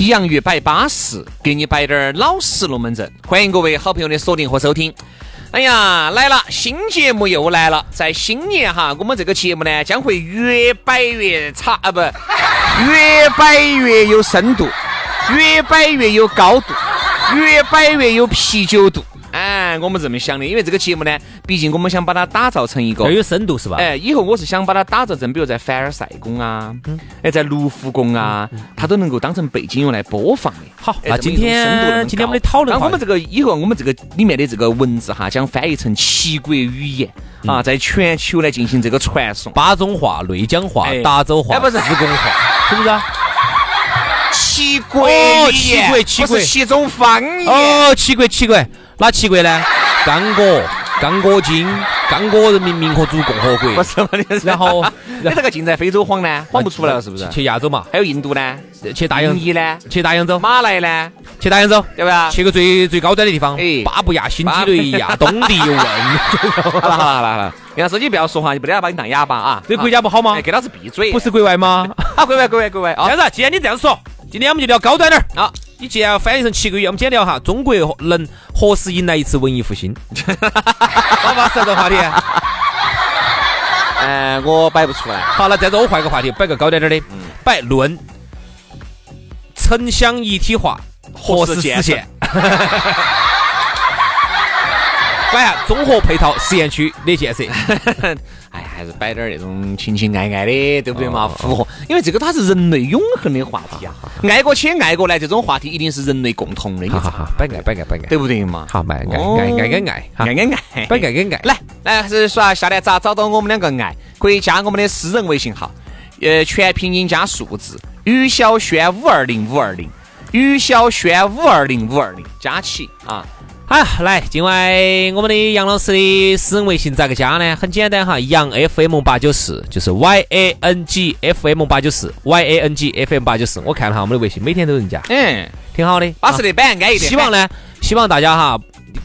洋芋摆巴适，给你摆点儿老实龙门阵。欢迎各位好朋友的锁定和收听。哎呀，来了，新节目又来了。在新年哈，我们这个节目呢将会越摆越差啊，不，越摆越有深度，越摆越有高度，越摆越有啤酒度。哎，我们这么想的，因为这个节目呢，毕竟我们想把它打造成一个要有深度是吧？哎，以后我是想把它打造成，比如在凡尔赛宫啊，嗯哎，在卢浮宫啊，它都能够当成背景用来播放的。好哎那这今么一种天深哦度那么高今天我们的讨论然后话我们这个以后啊我们这个里面的这个文字哈，将翻译成七国语言嗯啊，在全球来进行这个传送。巴中话、内江话哎、达州话、哎不是自贡话，是不是啊？七国哦语言七国七国不是七种方言。哦，七国七国，哪七国呢？刚果、刚果金、刚果人民民和主共和不国，是嘛？你是然 后啊你这个尽在非洲晃呢，晃不出来了是不是？去亚洲嘛，还有印度呢，去大洋，印尼呢，去大洋洲，马来呢，去大洋洲，对吧？去个最最高端的地方啊哎，巴布亚新几巴布内亚、东帝汶， 好了好了好了好了，杨老师你不要说话，你不得把你当哑巴啊！这国家不好吗哎，？给老子闭嘴！不是国外吗？ 啊，各位各位各位这啊样子，既然你这样说，今天我们就聊高端点儿。啊！你既然要翻译成七个月，我们今天聊哈，中国能何时迎来一次文艺复 兴？好吧，这个话题。呃，我摆不出来。 好了，再说我换一个话题，摆个高端点儿嗯的，摆论城乡一体化何时实现何时建？ 摆下综合配套实验区的建 设，哎，还是摆点儿那种情情爱爱的，对不对嘛？哦符合，因为这个它是人类永恒的话题啊！爱过且爱过来，这种话题一定是人类共同的，你知好道好吗好，摆爱摆爱摆爱，对不对嘛？好摆爱哦爱爱爱爱爱，爱爱爱，摆爱爱爱。来来，还是说下来咋找到我们两个爱？可以加我们的私人微信号，呃，全拼音加数字，于小轩五二零五二零，于小轩五二零五二零，加起啊，好，来，另外我们的杨老师的私人微信咋个加呢？很简单哈，杨 FM 八九四就是 Y A N G F M 八九四 Y A N G F M 八九四。我看了哈，我们的微信每天都有人加，嗯，挺好的，巴适的板，安逸的。希望，呢，希望大家哈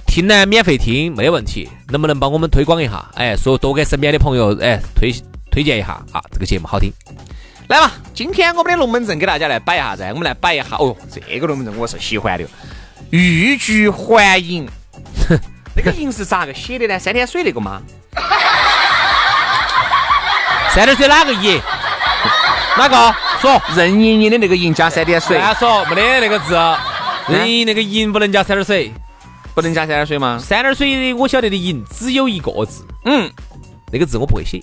听呢免费听没得问题，能不能帮我们推广一下？哎，说多给身边的朋友哎推推荐一下啊，这个节目好听。来嘛，今天我们的龙门阵给大家来摆一下噻，我们来摆一下，哦，这个龙门阵我是喜欢的，哦欲拒 还迎，那个迎是咋个写的呢？三点水那个吗？三点水哪个一？哪个？说，啊任盈盈的那个盈加三点水，那说没得那个字，啊嗯你那个银不能加三点水，不能加三点水吗？三点水我晓得的银只有一个字，嗯。那个字我不会写。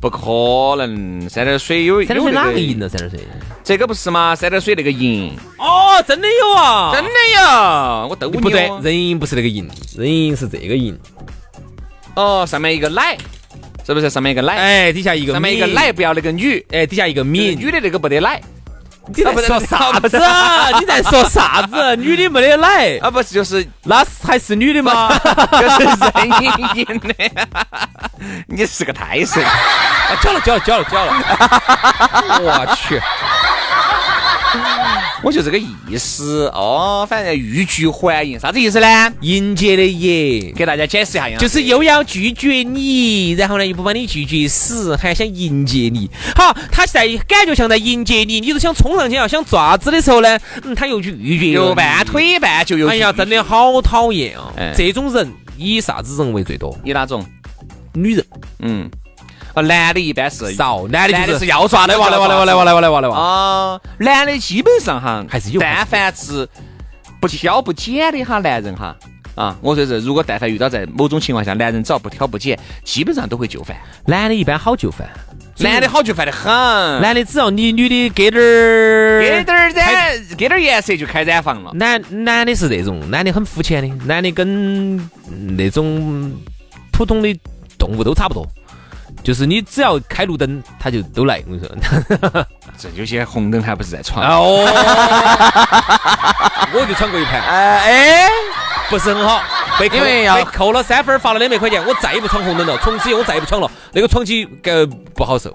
不可能，三点水有三点水哪个银？呢？三点水？这个不是吗？三点水那个银，哦，真的有啊！真的有，我逗你不对哦，人银不是那个银，人银是这个银。哦，上面一个奶，是不是上面一个奶？哎，底下一个上面一个米奶，，不要那个女，哎，底下一个那米个，女的那个没得奶你在说啥子？你在说啥子？女的没得奶，啊，不 是就是那是还是女的 吗？就是任盈盈的， 你是个胎神。啊交了，交了，交了， 交了！我去，我就这个意思哦，反正欲拒还迎，啥子意思呢？迎接的迎，给大家解释一下，就是又要拒绝你，然后呢又不把你拒绝死，还想迎接你。好，他在感觉像在迎接你，你就想冲上去要想爪子的时候呢，嗯，他又拒绝了又你半。推半就又哎呀，拒真的好讨厌啊哎！这种人以啥子人为最多？你哪种？女人嗯，哦，男的一般是少，男的男哎就的是是要抓的，来哇来哇来哇来哇来哇来哇来哇！啊，男的基本上哈啊还是有但凡是不挑不拣的哈，男人哈。啊，我说是，如果但凡遇到在某种情况下，男人只要不挑不拣，基本上都会就范。男的一般好就范，男的好就范得很，男的只要你女的给点儿给点儿染，给点儿颜色就开染房了。男男的是这种，男的很肤浅的，男的跟那种普通的动物都差不多，就是你只要开路灯，他就都来。我跟你说，这有些红灯还不是在闯？哦， 我就闯过一盘，哎哎，不是很好，被扣因为要被扣了三分儿，罚了两百块钱，我再也不闯红灯了，从此以后我再也不闯了，那个闯起呃不好受。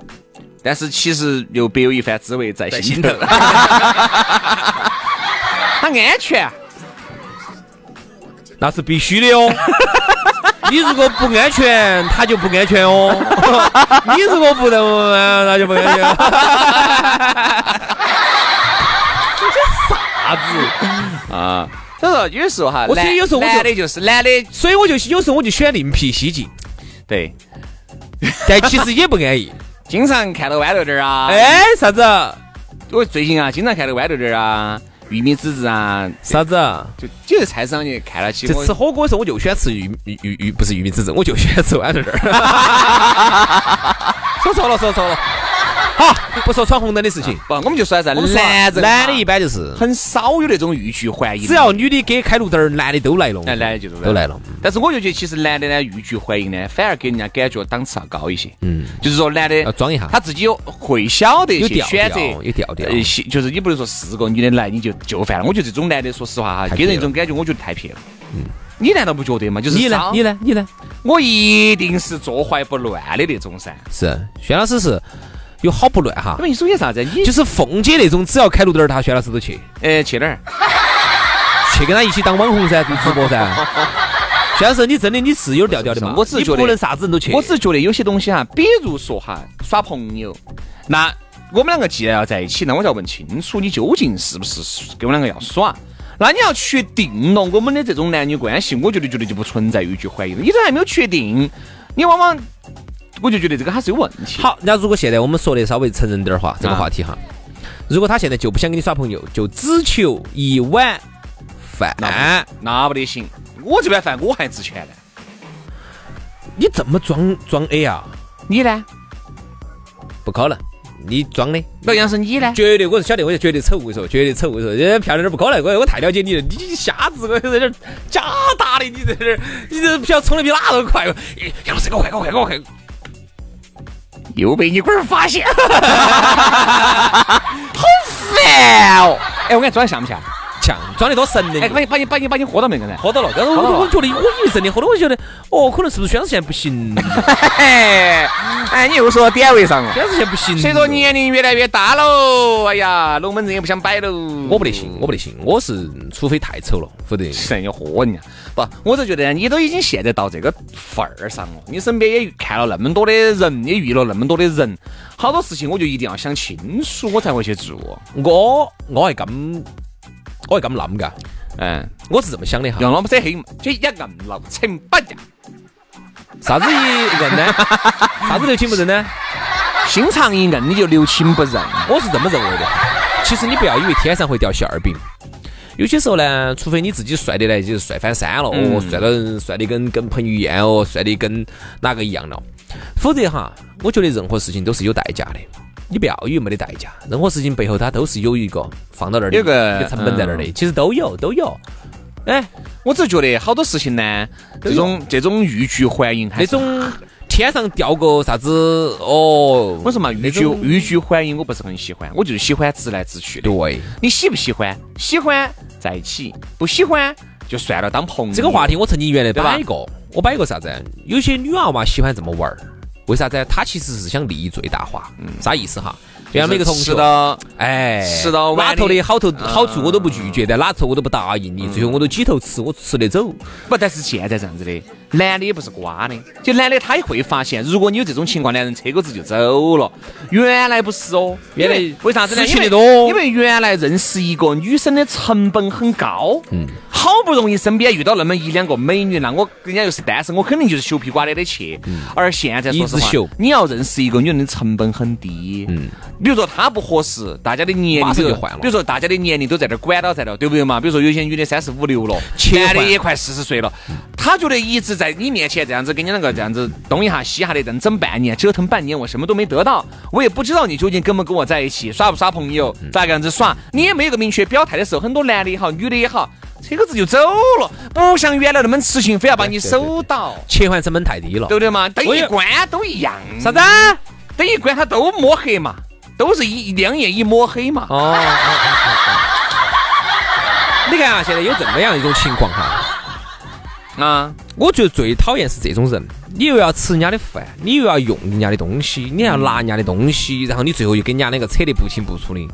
但是其实又别有一番滋味在心 头。它安全，啊那是必须的 哟。你如果不安全，他就不安全 哦。你如果不能，呃那就不安全。这啥子？啊。 所以说有时候哈，我所以男有时候我就男的就是男的，所以我就有时候我就喜欢另辟蹊径，对，但其实也不安逸。经常看到豌豆点儿啊。， 哎，啥子？我最近啊，经常看到豌豆点儿啊，玉米籽子啊，啥子？就就在菜市场去看了起就我吃火锅的时候，我就喜欢吃玉玉玉玉，不是玉米籽子，我就喜欢吃豌豆豆。说错了，说错了。好，不说闯红灯的 事情。不，我们就说啥子我们啊，说啊男人男的一般般就是很少有那种欲拒还迎，只要女的给开路灯儿，男的都来了。哎男的就嗯都来了。嗯但是我就觉得，其实男的呢，欲拒还迎呢，反而给人家感觉档次要高一些。嗯，就是说男的要装一下他自己有会晓得一有些调选择，调有调调呃些就是你不能说四个女的来你就就范了。我觉得这种男的，说实话哈，太给人撇一了嗯种感觉，我觉得太撇了。你难道不觉得吗？就是你呢稍？你？呢？你呢？我一定是坐怀不乱的那种噻。是轩老师是有好不乱哈因，为你首先啥子？你就是凤姐那种，只要开路灯儿，她轩老师都去，呃去哪儿？去跟她一起当网红噻，做直播噻。 轩老师，你真的你是有调调的嘛？我只是你觉得不能啥子人都去。我只是觉得有些东西哈，比如说哈，耍朋友，那我们两个既然要在一起，那我就要问清楚你究竟是不是跟我们两个要耍。那你要确定了我们的这种男女关系，我觉得觉得就不存在欲拒还迎了。你都还没有确定，你往往我就觉得这个还是有问题。，好，那如果现在我们说的稍微成人点儿话，这啊个话题哈，如果他现在就不想跟你耍朋友，就只求一碗饭，那不那不得行，我这边饭我还值钱呢，你这么装装 A 啊？你呢？不可能，你装的。老杨是你呢？绝对，我是晓得，我就绝对丑，我跟你说，绝对丑，我跟你说，人家漂亮点儿不可能，我我太了解你了，你瞎子，我在这儿假打的，你在这儿，你这票冲的比哪都快，哎杨老师，给我快，给我快，给我快，又被你龟儿发 现， 好烦哦！哎，我看装得像不像？像装的多神的哎，，把你把你把你把你喝到没？ 刚才。喝到了，刚刚喝到了我我觉得我以为真的喝了，我就觉得哦，可能是不是宣老师现在不行，哎，哎，你又说到点位上了。宣老师现在不行，随着年龄越来越大喽，哎呀，龙门阵也不想摆喽。我不得行，我不得行，我是除非太丑了，否则是要豁人家。不，我就觉得你都已经现在到这个份儿上了，你身边也看了那么多的人，也遇了那么多的人，好多事情我就一定要想清楚，我才会去做。我我还咁我还咁谂噶，嗯，我是这么想的哈，杨老师很，这一硬老成不呀，啥子一人呢？啥子六亲不认呢？心肠一硬你就六亲不认。我是这么认为的。其实你不要以为天上会掉馅儿饼，有些时候呢，除非你自己帅的来，就是帅翻山了，哦，嗯帅的帅的跟跟彭于晏哦，帅的跟哪个一样了，否则哈，我觉得任何事情都是有代价的。你不要以为没得代价，任何事情背后它都是有一个放到那儿的，有个嗯有成本在那儿的，其实都有都有。哎，我只是觉得好多事情呢，这种这种欲拒还迎还那是种天上掉个啥子哦，我说嘛，欲那拒种欲拒还迎，我不是很喜欢，我就是喜欢直来直去的。对，你喜不喜欢？喜欢在一起，不喜欢就算了，当朋友。这个话题我曾经原来对吧摆过，我摆过啥子？有些女娃娃喜欢这么玩儿，为啥子？她其实是想利益最大化，啥意思哈？就像每个同学嗯吃，到哎，吃到碗哪里嗯头的好头好处我都不拒绝，但哪头我都不答应你，最后我都几头吃，我吃得走。不，但是现在这样子的，男的也不是瓜的，就男的他也会发现，如果你有这种情况，男人车钩子就走了。原来不是哦，原来因为为啥子呢？失因去为的哦多因为原来认识一个女生的成本很高，嗯，好不容易身边遇到那么一两个美女，那我人家又是单身，我肯定就是羞皮瓜脸的去。而现在说嗯实一直话秀，你要认识一个女人的成本很低，嗯，比如说她不合适，大家的年马龄上就都换了比如说大家的年龄都在这儿管到在了，对不对嘛？比如说有些女的三十五六了，切男的换也快四十岁了，他觉得一直在你面前这样子跟你两个这样子东一下西一下的这样整半年，折腾半年，我什么都没得到，我也不知道你究竟跟不跟我在一起，耍不耍朋友，嗯咋个样子耍，你也没有个明确表态的时候，很多男的也好，女的也好，车个子就走了，不像原来那么痴情，非要把你收到，切换成本太低了哦对。不对嘛？灯我一也关都一样，啥子？灯一关他都摸黑嘛，都是一两眼一摸黑嘛。哦， 你看啊，现在有这么样一种情况哈，啊，我觉得最讨厌是这种人，你又要吃人家的饭，你又要用人家的东西，你还要拿人家的东西，然后你最后又跟人家两个扯得不清不楚的，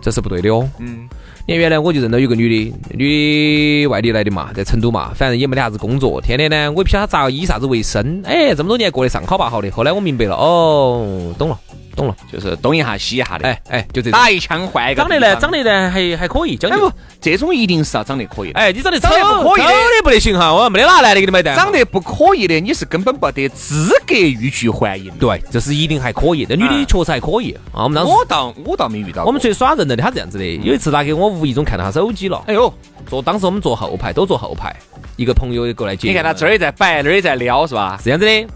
这是不对的哦。嗯，你看原来我就认到有个女的，女的外地来的嘛，在成都嘛，反正也没得啥子工作，天天呢，我也不晓得她咋以啥子为生，哎，这么多年过得上好吧好的。后来我明白了，哦，懂了，懂了，就是东一下西一下的，哎哎，就这种。打一枪换一个长地得方。呢，长得呢还还可以，将哎就。不，这种一定是要长得可以的。哎，你长得长得不可以的丑得不得行哈，我没哎得哪男的给你买单。长得不可以的，你是根本没得资格欲拒还迎。对，这是一定还可以，那女的嗯确实还可以啊。我们当时我倒我倒没遇到过。我们最耍人的，她这样子的，有一次她给我无意中看到她手机了，哎呦，坐当时我们坐后排，都坐后排，一个朋友也过来接，你看他这儿也在摆，那儿也在撩，是吧？是这样子的，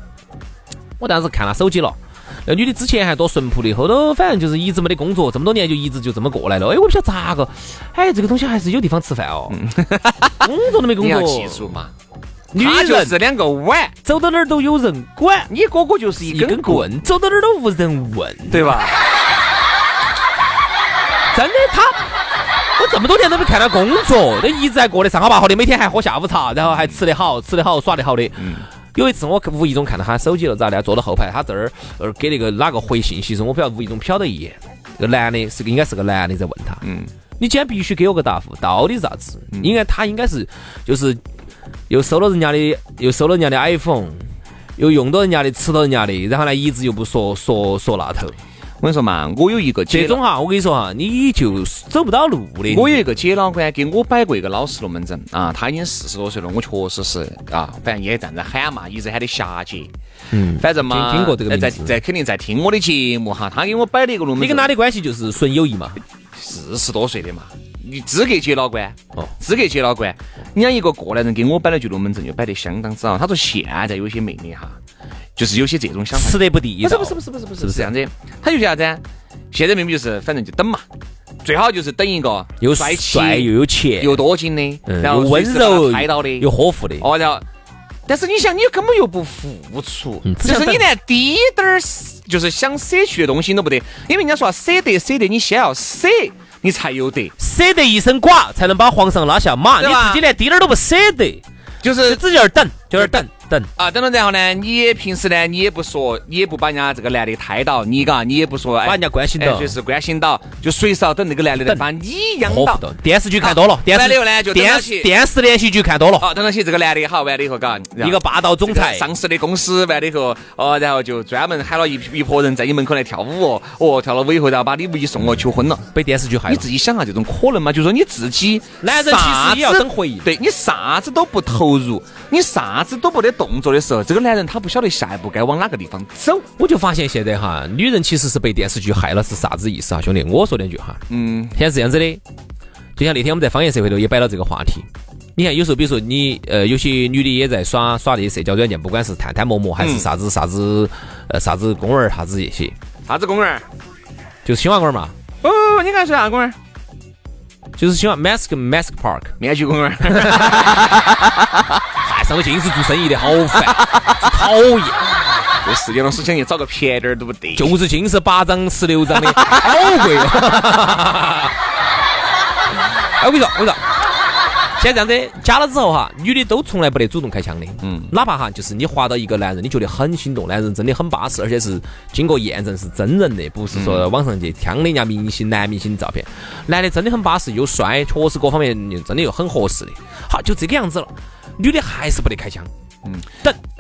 我当时看她手机了。那女的之前还多淳朴的，后头反正就是一直没得工作，这么多年就一直就这么过来了。哎，我不晓得咋个，哎，这个东西还是有地方吃饭哦，工作都没工嗯 你作要。记住嘛，女他就人是两个碗，走到哪儿都有人管，你哥哥就是一一根根棍，棍，走到哪儿都无人问。对吧？真的，他我这么多年都没看到工作，都一直在过得上好吧好的，每天还喝下午茶，然后还吃得好，吃得好，耍得好的。有一次我无意中看到他手机了，咋的？坐到后排，他这儿呃给那个哪个回信息时，我不晓得无意中瞟到一眼，那个男的是个应该是个男的在问他，嗯你今天必须给我个答复，到底是啥子？应该他应该是就是又收了人家的，又收了人家的 iPhone，又用到人家的，吃到人家的，然后呢一直又不说说说那头。 我跟你说嘛，我有一个姐这种哈，我跟你说哈，你就是走不到路的。我有一个姐老倌给我摆过一个老实龙门阵啊，她已经四十多岁了，我确实是啊，反正也站着喊嘛，一直喊的霞姐，嗯，反正嘛，听听过这个名字在在肯定在听我的节目哈，她给我摆了一个龙门阵，你跟他的关系就是纯友谊 嘛，四十多岁的嘛，你资格姐老倌，哦哦，资格姐老倌，人家一个过来人给我摆了句龙门阵，就摆得相当之好。他说现在有些妹妹哈，就是有些这种想法，吃得不地不是道。不是不是不是不是不是这样子，他就啥子啊？现在妹妹就是反正就等嘛，最好就是等一个又帅气帅又有钱，又多金的，嗯然又后温柔拍到的，又呵护的。哦，然后，但是你想，你根本又不付出，嗯只就想是等你连滴点儿就是想舍去的东西你都不得，因为人家说啊舍得舍得，你先要舍，你才有得，舍得一身剐，才能把皇上拉下马。对你吧自己连滴点儿都不舍得，就是自己在那儿等，就在那儿等等。啊，等等，然后呢，你也平时呢，你也不说，你也不把人家这个男的抬到，你嘎，你也不说，哎把人家关心到哎就是关心到，就随时要等那个男的来等把你养呵到护。的。电视剧看多了啊，电视完了以后呢就等电他视去哦电视连续剧看多了，啊好，等到起这个男的好，完了以后，嘎，一个霸道总裁上市的公司，完了以后，哦，然后就专门喊了一一伙人在你门口来跳舞哦，哦，跳了舞以后，然后把礼物一送哦，求婚了。被电视剧害你了。自己想下、这种可能吗？就说你自己哎男人其啥实也要子等回应对你啥子都不投入，你啥子都不得动作的时候，这个男人他不晓得下一步该往哪个地方走。我就发现现在哈，女人其实是被电视剧害了，是啥子意思啊，兄弟？我说两句哈，嗯，现在是这样子的，就像那天我们在方言社会头也摆了这个话题。你看，有时候比如说你呃，有些女的也在耍耍那些社交软件，不管是探探、陌陌还是啥子啥子呃啥子公园儿啥子一些，啥子公园？就是新华公园嘛，不不哦不，你刚才说啥公园？就是新华 Mask Mask Park。面具公园。哎，上头尽是做生意的，好烦，讨厌， 这世界上事情你找个便宜点儿都不得。就是尽是八张十六张的，哎好贵哦。 哎，我跟你说，我跟你说。现在这样子加了之后哈，女的都从来不得主动开枪的，嗯，哪怕哈，就是你划到一个男人，你觉得很心动，男人真的很巴适，而且是经过验证是真人的，不是说网上去枪的人家明星男明星的照片，男的真的很巴适，又帅，确实各方面又真的又很合适的，好，就这个样子了，女的还是不得开枪，啊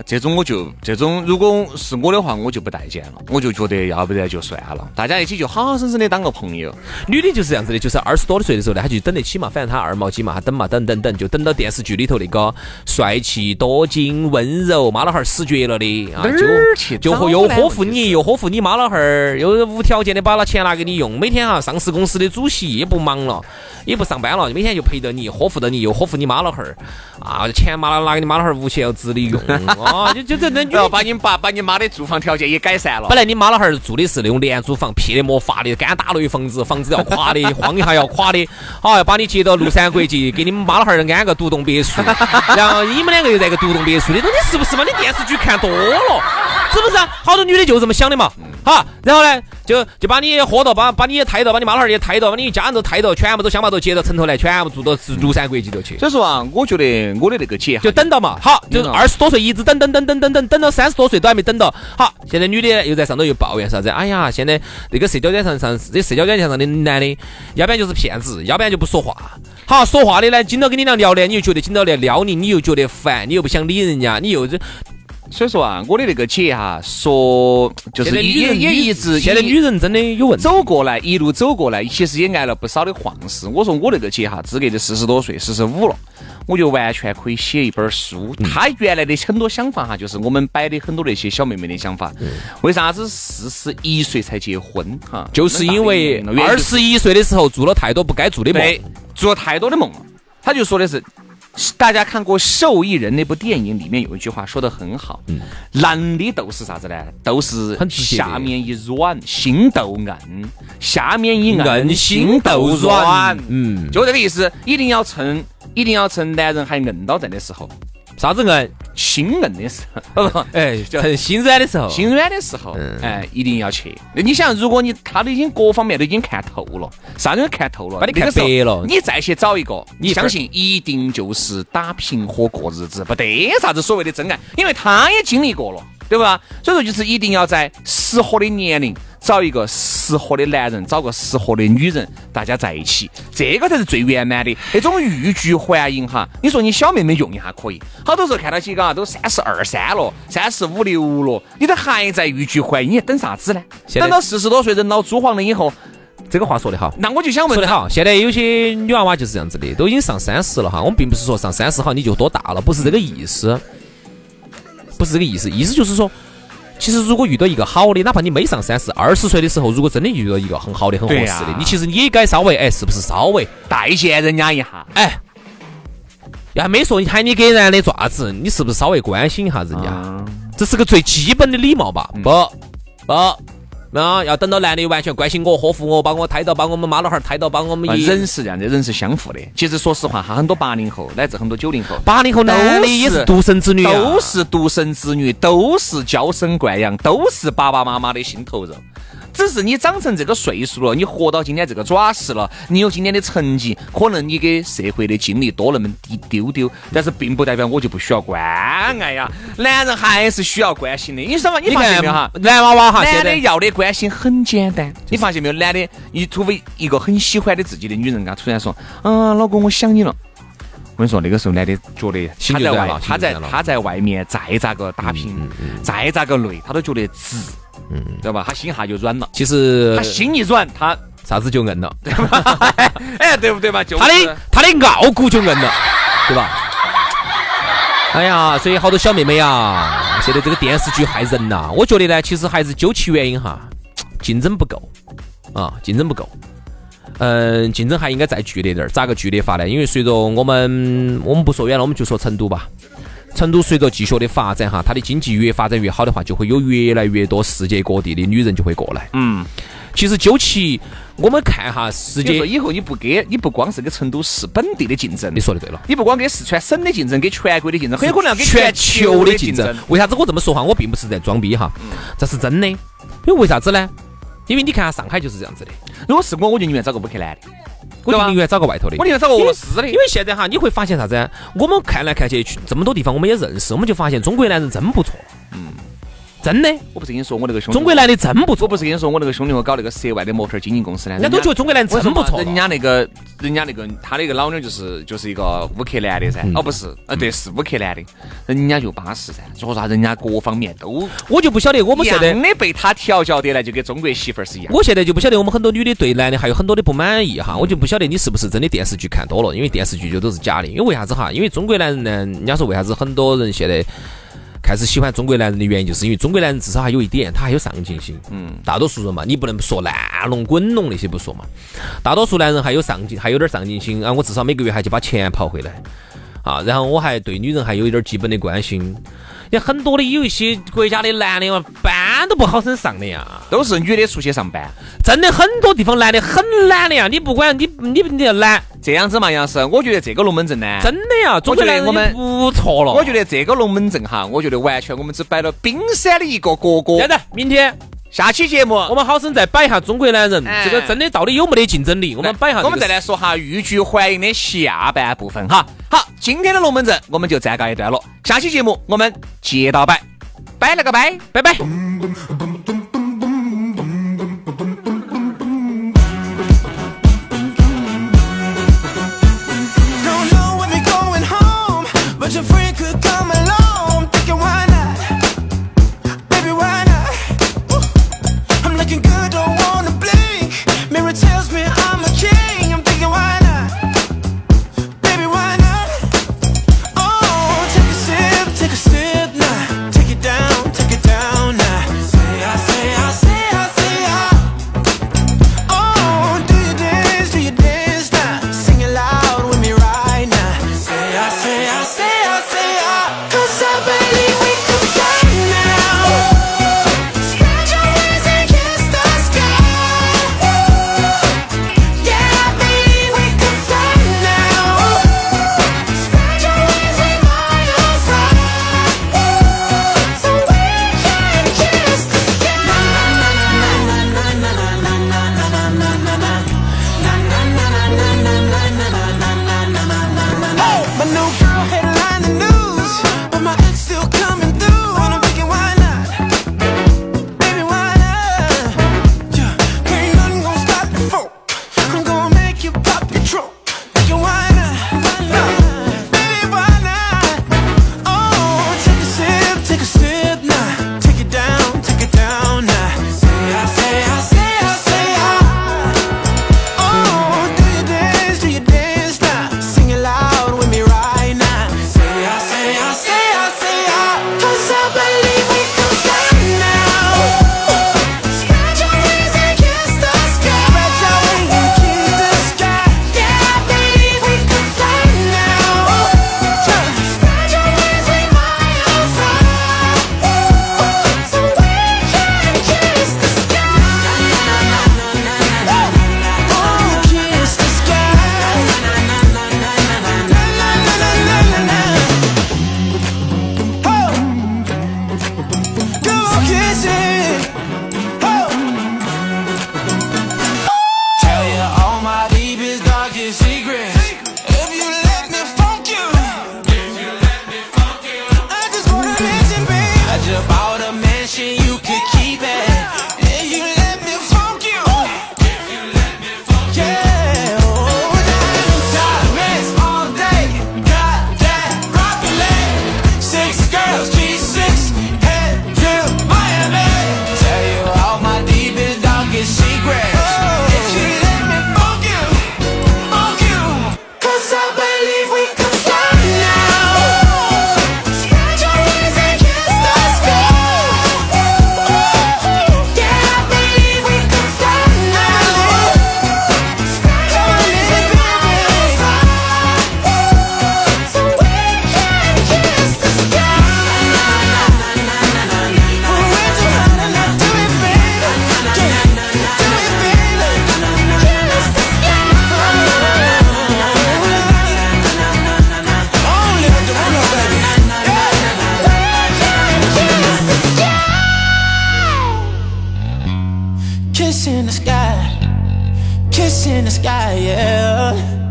这种我就这种，如果是我的话，我就不待见了，我就觉得要不然就算了，大家一起就好好生生的当个朋友。女的就是这样子的，就是二十多岁的时候呢，她就等得起嘛，反正她二毛几嘛，她等嘛，等等等，就等到电视剧里头那个帅气多金、温柔妈老汉儿死绝了的啊哪，儿就去就找和又呢呵我护就是你，又呵护你妈老汉儿，又无条件的把那钱拿给你用，每天啊，上市公司的主席也不忙了，也不上班了，每天就陪着你，呵护着你，又呵护你妈老汉儿啊，钱妈拿给你妈老汉儿无限制的用啊，就就这那女然后的把你爸把你妈的住房条件也改善了本。来你妈老汉儿住的是那种廉租房，屁的没法的，干打雷房子，房子要垮的， 晃一下要垮的，好要把你接到庐山国际，给你们妈老汉儿安个独栋别墅，然后你们两个又在一个独栋别墅里头，你是不是嘛？你电视剧看多了，是不是、啊？好多女的就这么想的嘛。好，然后呢，就就把你喝到，把把你也抬到，把你妈老汉儿也抬到，把你一家人都抬到，全部都想把都接到城头来，全部住到庐山国际头去。所以说啊，我觉得我的那个姐哈就嗯等到嘛，好，就是嗯二十多岁一直等等等等等等等到三十多岁都还没等到，好，现在女的又在上头又抱怨啥子？哎呀，现在那个社交软件上上这社交软件上的男的，要不然就是骗子，要不然就不说话。好，说话的呢，紧到跟你俩聊呢，你又觉得紧到来撩你，你又觉得烦，你又不想理人家，你又这所以说啊，我的那个姐哈说就现是在女也人也一直现在女人真的有问题。走过来，一路走过来，其实也挨了不少的晃事。我说我那个姐哈，资格就四十多岁，四十五了，我就完全可以写一本书。嗯她原来的很多想法哈，就是我们摆的很多那些小妹妹的想法。为啥子四十一岁才结婚哈？就是因为那么大二的原因十一岁的时候做了太多不该做的梦，对，做太多的梦了。啊他就说的是，大家看过《受益人》那部电影，里面有一句话说的很好，男的都是啥子呢？都是嗯很直接的下面一软，心斗硬，下面一硬硬，心斗软嗯就这个意思，一定要趁，一定要趁男人还硬到在的时候，啥子硬？心硬的时候，不不，哎， 就很心软的时候，心软的时候，嗯哎，一定要去。那你想，如果你他都已经各方面都已经看透了，啥都看透了，把你那个看时候白了你再去找一个，你你一分儿相信一定就是打平和过日子，不得啥子所谓的真爱，因为他也经历过了，对吧？所以说，就是一定要在适合的年龄。找一个适合的男人，找个适合的女人，大家在一起，这个才是最圆满的。那种欲拒还迎哈，你说你小妹妹用一下可以，好多时候看到起嘎都三十二三了，三十五六了，你都还在欲拒还迎，你等啥子呢？现在等到四十多岁人老珠黄了以后，这个话说得好。那我就想问说得好，现在有些女娃娃就是这样子的，都已经上三十了哈。我们并不是说上三十好你就多大了，不是这个意思，不是这个意思。意思就是说，其实如果遇到一个好的，哪怕你没上三十，二十岁的时候，如果真的遇到一个很好的、很合适对的，呀你其实你也该稍微哎，是不是稍微待见人家一下。哎，要还没说喊你给人家的爪子，你是不是稍微关心一下人家？啊这是个最基本的礼貌吧？嗯不不。那要等到男的完全关心我、呵护我，把我抬到，把我们妈老汉儿抬到，把我们啊一人是这样的，人是相互的。其实说实话，哈，很多八零后乃至很多九零后，八零后男的也是独生子女、啊，都是独生子女，都是娇生惯养，都是爸爸妈妈的心头肉。只是你长成这个岁数了，你活到今天这个爪式了，你有今天的成绩，可能你给社会的经历多那么一丢丢，但是并不代表我就不需要关爱呀。男人还是需要关心的，你知道吗？你你发现看没有哈？男娃娃哈，现男的在要的关心很简单，你发现没有？男的，你除非一个很喜欢的自己的女人，啊，突然说，啊，老公，我想你了。我跟你说，那个时候男的觉得心他就在软外了，心他就在软了他在外面再咋个打拼，再咋个累，他都觉得值，知道吧？他心一下就软了，其实他心一软，他啥子就硬了，哎，对不对嘛？就是他的他的傲骨就硬了，对吧？哎呀，所以好多小妹妹啊，现在这个电视剧害人呐、我觉得呢，其实还是究其原因哈，竞争不够啊，竞争不够。嗯，竞争还应该再剧烈点儿。咋个剧烈法呢？因为随着我们我们不说远了，我们就说成都吧。成都随着技学的发展哈，它的经济越发展越好的话，就会有越来越多世界各地的女人就会过来。嗯，其实究其我们看哈，世就说界，以后你不给，你不光是给成都市本地的竞争你，说的对了。你不光给四川省的竞争，给全国的竞争，很有可能要给全球球的竞竞嗯争。为啥子我这么说哈？我并不是在装逼哈，这是真的。因为为啥子呢？因为你看上海就是这样子的，如果是我，我就宁愿找个乌克兰的，我对就吧宁愿找个外头的我。宁愿找个俄罗斯的因。为现在哈，你会发现啥子啊？我们看来看去，去这么多地方我们也认识，我们就发现中国男人真不错。嗯，真的，我不是跟你说我那个兄弟，中国男的真不错，我不是跟你说我那个兄弟伙搞那个涉外的模特儿经纪公司呢？人家都觉得中国男我真说嘛不错。人家那个，人家那个，他那个老妞就是就是一个乌克兰的噻，嗯哦不是，啊对，是乌克兰的，人家就巴适噻。所以说人家各方面都我就不晓得我们一现样在，的被他调教的呢，就跟中国媳妇儿是一样。我现在就不晓得我们很多女的对男的还有很多的不满意哈，我就不晓得你是不是真的电视剧看多了，因为电视剧就都是假的。因为为啥子哈？因为中国男人呢，人家说为啥子很多人现在。开始喜欢中国男人的原因，就是因为中国男人至少还有一点，他还有上进心。嗯，大多数人嘛，你不能说烂龙滚龙那些不说嘛，大多数男人还有上进，还有点上进心啊。我至少每个月还去把钱刨回来啊，然后我还对女人还有一点基本的关心。也很多的有一些国家的男的嘛，班都不好生上的呀，都是女的出去上班，真的很多地方男的很懒的呀。你不管你你你要懒，这样子嘛，杨老师，我觉得这个龙门阵呢，真的呀，中国男人哎我觉得也不错了。我觉得这个龙门阵哈，我觉得完全我们只摆了冰山的一个角这样。角子，明天下期节目我们好生再摆一下中国男人，哎这个真的到底有没得竞争力？我我们摆一下这个。我们再来说哈欲拒还迎的下半部分哈。好，今天的龙门阵我们就暂告一段落，下期节目我们接到摆，拜了个拜，拜拜。 Don't know when they're going home, but your friend could come along. I'm thinking, why not? Baby, why not? Ooh. I'm looking good, don't wanna blink. Mirror tells me I'm a king. I'm thinking, why not? Baby, why not? Oh, take a sip, take a sip now. Take it down, take it down now. Say I, say I, say I, say I. Oh, do you dance, do you dance now? Sing it loud with me right now. Say I, say I, say I, say I. 'Cause I believe we could fly now. Spread your wings and kiss the sky. Yeah, I believe we could fly now. Spread your wings and miles high, so we can kiss the sky. My new girl headlined the news, but my ex still coming through. And I'm thinking, why not? Baby, why not? Yeah, ain't nothing gonna stop the folk. I'm gonna make you pop your trunk. Thinking, why not? Yeah, Baby, why not? Oh, take a sip, take a sip now. Take it down, take it down now. Say I, say I, say I, say I. Oh, do you dance, do you dance now? Sing it loud with me right now. Say I, say I, say I, say I. 'Cause I believe we can fly now. Spread your wings and kiss the sky. Spread your wings and kiss the sky. Yeah, I believe we can fly now. Spread your wings, we miles high, so we can kiss the sky. Oh, kiss the sky. La la la la la la la. Oh, go kiss it. Oh, tell you all my deepest darkest secrets. If you let me funk you, if you let me funk you, I just wanna mention, babe. I just bought a mansion, you could keep it. If you let me funk you. Yeah, oh, diamond diamonds all day, got that rocket leg. Six girls, G6, head to Miami. Tell you all my deepest, darkest secrets. If you let me fuck you, fuck you. 'Cause I believe we can fly now. Spread your wings and kiss the sky. Yeah, I believe we can fly now. So we can kiss the sky. Do it, baby. Do it, baby. Kiss the sky. Only with the winner, baby. We can kiss the sky. Kiss in the sky. Kiss in the sky, yeah.